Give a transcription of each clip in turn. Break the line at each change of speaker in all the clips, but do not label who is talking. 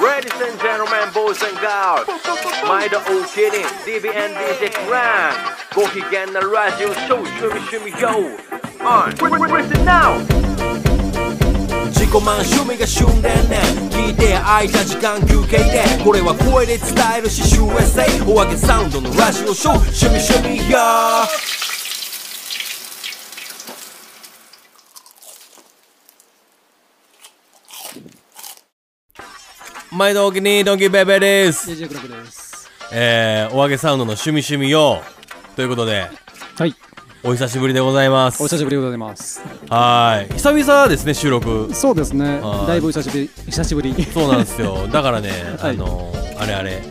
Ladies and gentlemen, boys and girls 毎度お気に DBNDJ クランご機嫌なラジオショー趣味趣味 YO Uh, On Listen now
自己満趣味が旬でね聞いて空いた時間休憩でこれは声で伝えるし USA お揚げサウンドのラジオショー趣味趣味や毎度お気に入りドンキーベイベーです。
DJ クラブです。
えー、お揚げサウンドの趣味趣味よということで、
はい。
お久しぶりでございます。
お久しぶりでございます。
はーい。久々ですね、収録。
そうですね
はい。
だいぶ久しぶり、久しぶり。
そうなんですよ。だからね、
はい
あのーあれあれ。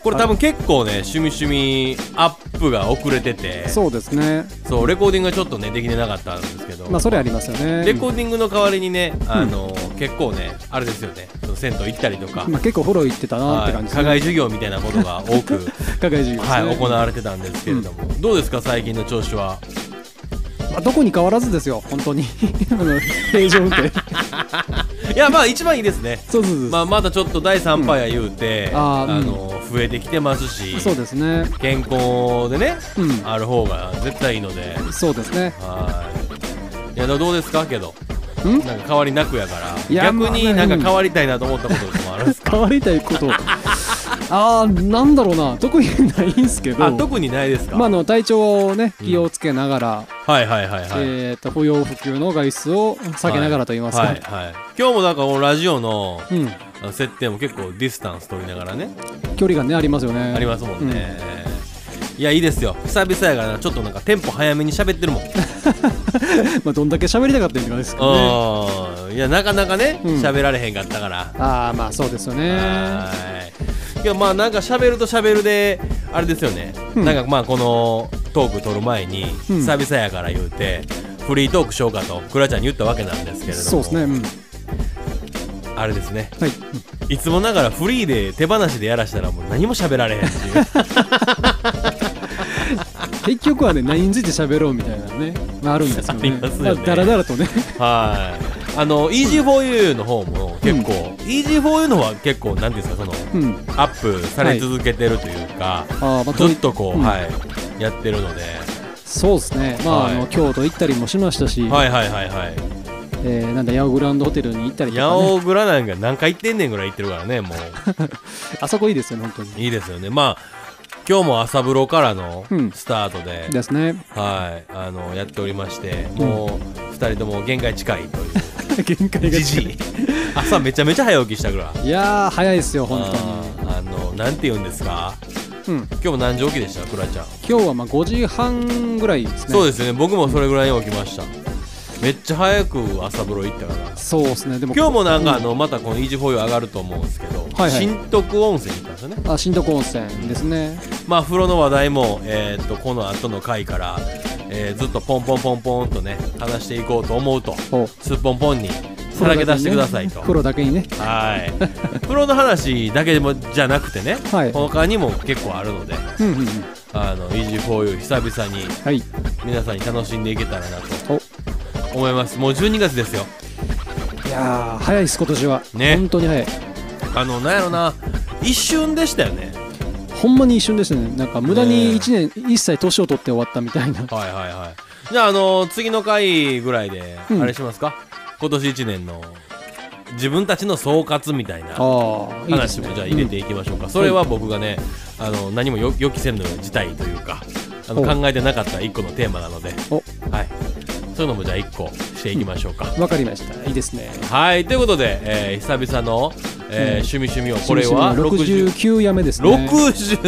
これ多分結構ね、趣味趣味アップが遅れてて、
そうですね。
そう、レコーディングがちょっとね、できてなかったんですけど、
まあそれありますよね。
レコーディングの代わりにね、あのー結構ね、あれですよね、その銭湯行ったりとか、
まあ結構フォロー行ってたなっ
は
て
い
感じ。
課外授業みたいなことが 多く、
加害授業です
は
ね。
い、行われてたんですけれども、どうですか、最近の調子は。
まあどこに変わらずですよ。本 当にあの平常運転。
いや、まあ、一番いいですね。
そうそうそう。
まあ、まだちょっと第3波や言うて、
んあー
あのー増えてきてますし、
そうですね。
健康でね、
うん
ある方が絶対いいので
そうですね。
はーいいやでもどうですかけど
ん
なんか変わりなくやから
いや
逆に
ま
な
あ
ん
ね
か変わりたいなと思ったこととかもあるんですか
変わりたいこと。ああなんだろうな。特にないんすけど。
あ特にないですか、
まああの体調をね気をつけながら、
はいはいはいはい、
えっと不要不急の外出を避けながらと言いますか。
はいはいはい今日もなんかこのラジオの
うん。
あの設定も結構ディスタンス取りながらね、
距離がねありますよね。
ありますもんね、いやいいですよ久々やからなちょっとなんかテンポ早めに喋ってるもん
まあどんだけ喋りたかったんですかね。
うんいやなかなかね
うん
喋、られへんかったから
ああまあそうですよね。
はいいやまあなんか喋ると喋るであれですよね、
うん
なんかまあこのトーク取る前に
うん
久々やから言うて、フリートークしようかとクラちゃんに言ったわけなんですけれども
そうですね。うん。
あれですね
はい。
いつもながらフリーで手放しでやらしたらもう何も喋られへんっていう
結局はね何について喋ろうみたいなのね、まあ、あるんですよ
あり
ね。
ますよね
まあだらだらとね。
はいあの Easy4U の方も結構、Easy4U の方は結構なんていうんですかその
うん。
アップされ続けてるというか、
ああ
ず
まあと
っとこう、
うん
はいやってるので
そうですね。まあ、
はい
あの京都行ったりもしましたし、
はいはいはいはい
えーなんだヤオグランドホテルに行ったりと
ヤ
かね。
オグラなんか何回行ってんねんぐらい行ってるからね、もう。
あそこいいですよね本当に。
いいですよね。まあ、今日も朝風呂からの
うん
スタートで、
ですね。
はい、あの、やっておりまして、もう、二人とも限界近いという。
限界が
じじ
近
い
い。。
朝めちゃめちゃ早起きしたぐらい。
いやー早いですよ本
あーあの、なんて言うんですか
当に。うん。
今日も何時起きでしたクラちゃん。
今日はまあ5時半ぐらいですね。
そうですよね。僕もそれぐらいに起きました。めっちゃ早く朝風呂行ったから。
そうですね。でも
今日もなんかあ
う
の、またこのイージフォーユー上がると思うんですけど、
はいはい
新徳温泉行ったんですよね。
あ新徳温泉ですね。
まあ、風呂の話題も、えーっとこの後の回から、えーずっとポンポンポンポンとね話していこうと思うと
お
すっぽんぽんにさらけ出してくださいと。
風呂だけにね。
はい風呂の話だけでもじゃなくてね、
はい
他にも結構あるので
うんうんうん。
あの EG4U 久々に
はい。
皆さんに楽しんでいけたらなと
お
思いますもう12月ですよ
いやー早いです今年は。
ね
本当に早い。
あのなんやろな一瞬でしたよね
ほんまに一瞬でしたね。なんか無駄に一年、一切年を取って終わったみた いな。
はいはいはいじゃああの次の回ぐらいで
うん
あれしますか、今年1年の自分たちの総括みたいな
ああ、いいです
話
ね。
もじゃあ入れていきましょうか、それは僕がねあの何もよ予期せぬ事態というかあの
ほう
考えてなかった1個のテーマなので、
お
はい、そういうのもじゃあ1個していきましょうか、
うんわかりました。いいですね。
はいということで、えー久々の、えー趣味趣味をこれは60
69やめですね。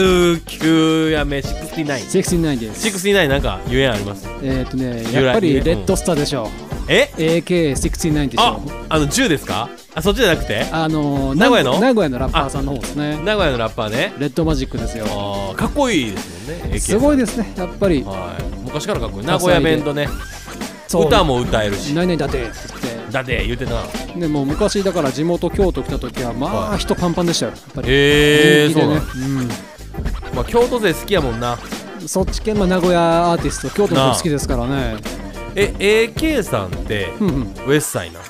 69やめ69
69です。
69なんかゆえんあります
えーっとね、やっぱり
由来ね
レッドスターでしょ。
え
AK69 でし
あ
ょ。、
あの銃ですか？あ、そっちじゃなくて？
あのー、
名古屋の
名古屋のラッパーさんの方ですね。
名古屋のラッパーね。
レッドマジックですよ。
あーかっこいいですもんね。AK
すごいですね。やっぱり、
はい。昔からかっこいい。名
多
古屋
彩で
弁とね、
そう
歌。も歌えるし。
何々だってって言
だって言うてな。
って。でもう昔だから地元京都来た時は、ま
は
あ人パンパンでしたよ。やっぱり。
ええ
人気
そう
でね
なの。まあ京都勢好きやもんな。
うんそっち系、まあ、名古屋アーティスト京都の人好きですからね
え、AK さんって
うんうん
ウエッサイな。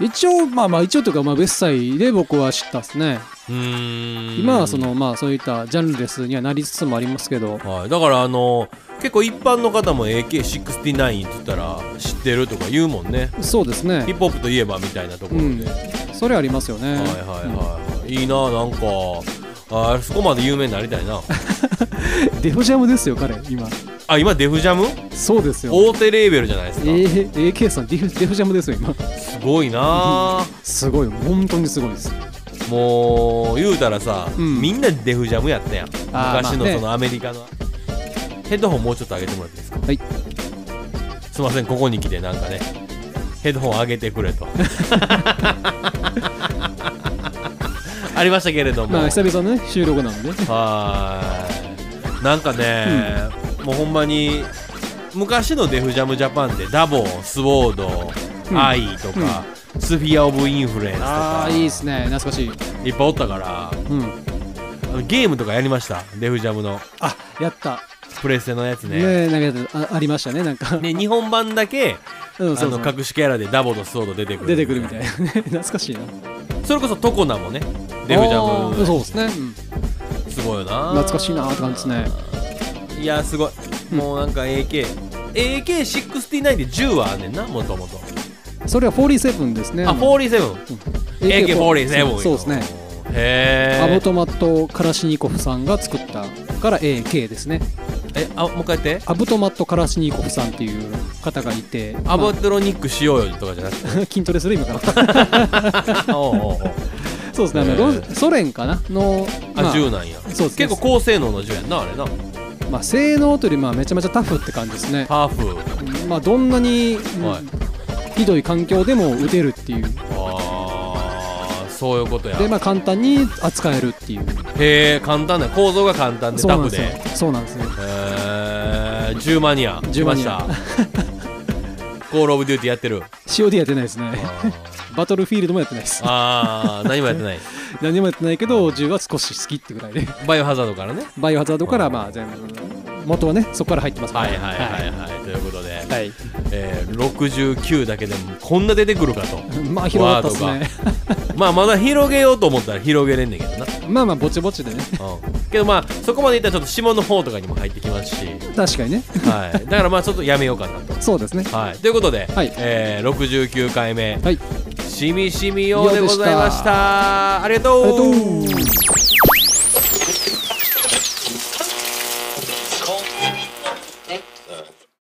一応まあまあ一応というかまあ別祭で僕は知ったですね
うーん
今はそのまあそういったジャンルレスにはなりつつもありますけど
はい、だからあの結構一般の方も AK69 って言ったら知ってるとか言うもんね
そうです
ヒッ
ね
プホップといえばみたいなところで、
うん
はい
それありますよね
はいはい、はい、いいななんかあーそこまで有名になりたいな
うん デフジャムですよ彼今
あ今デフジャム
そうですよ
大手レーベルじゃないですか、
えー AK さんデフデフジャムですよ今
すごいな
すごい本当にすごいです
もう言うたらさ、
うん
みんなデフジャムやったやん
あー
昔
ま
の
あね
そのアメリカの、ヘッドホンもうちょっと上げてもらっていいですか
はい
すいませんここに来てなんかねヘッドホン上げてくれ とありましたけれども
まあ久々のね収録なので
はーいなんかね、もうほんまに昔のデフジャムジャパンでダボスウォード、
うん
アイとか、スフィア・オブ・インフルエンスと
あ
か
あいいですね懐かしい
いっぱいおったから
うん
あのゲームとかやりましたデフジャムの
あやった
プレステのやつね
ねえなんかあありましたねなんか
ね日本版だけ
うん
あ
そう
の
そう
隠しキャラでダボとスウォード出てくる
出てくるみたいなね 懐かしいな
それこそトコナもねデフジャ
あー
ム
そうですね、
すごいよな
懐かしいなって感じですね
いやすごいもうなんか AK AK69 で10はあんねんなもともと
うん、それは47ですね
あ、
の
47。AK47
そうですね。
へ
ア
ー
ボトマとカラシニコフさんが作ったから AK ですね
え、あ、もう一回言って。
アブトマとカラシニコフさんっていう方がいて
アボ
ま
トロニックしようよとかじゃなく て。
あ筋トレする今か ら
おうおうおう
そうですねあの
へ
ロ
ー
ソ連かなのま
あ、
あ
銃なんや。
そうです
結構高性能の銃やんな、あれな。
まあ、性能というよりまあめちゃめちゃタフって感じですね
ハーフ。
まあどんなに、うん
はい
ひどい環境でも撃てるっていう
あー、そういうことや。
で
へ
まあ簡単に扱えるっていう
え、簡単だ。構造が簡単で、
そう
タ
なん
フ
です
で。
よ
へ
そうなんですよ
え、銃マニア。
銃マニ
来
ア
ました。コールオブデューティーやってる。
COD やってないですね
あ
バトルフィールドもやってないです
ーあー、何もやってない。
何もやってないけど銃は少し好きってぐらいで
バイオハザードからね。
バイオハザードからまあ全部元はねそこから入ってますから
はいはいはいはい。ということで。
はいはい
えー、69だけでもこんな出てくるかと
まあ広がったっす
ワード
ね
まあまだ広げようと思ったら広げれんねんけどな、
まあまあぼちぼちでね
うん、けどまあそこまでいったらちょっと下の方とかにも入ってきますし、
確かにね
はい、だからまあちょっとやめようかなと。
そうですね
はい、ということで、
はい
えー、69回目
はい
「しみしみよう」でございましたありがと
ありがと
う
う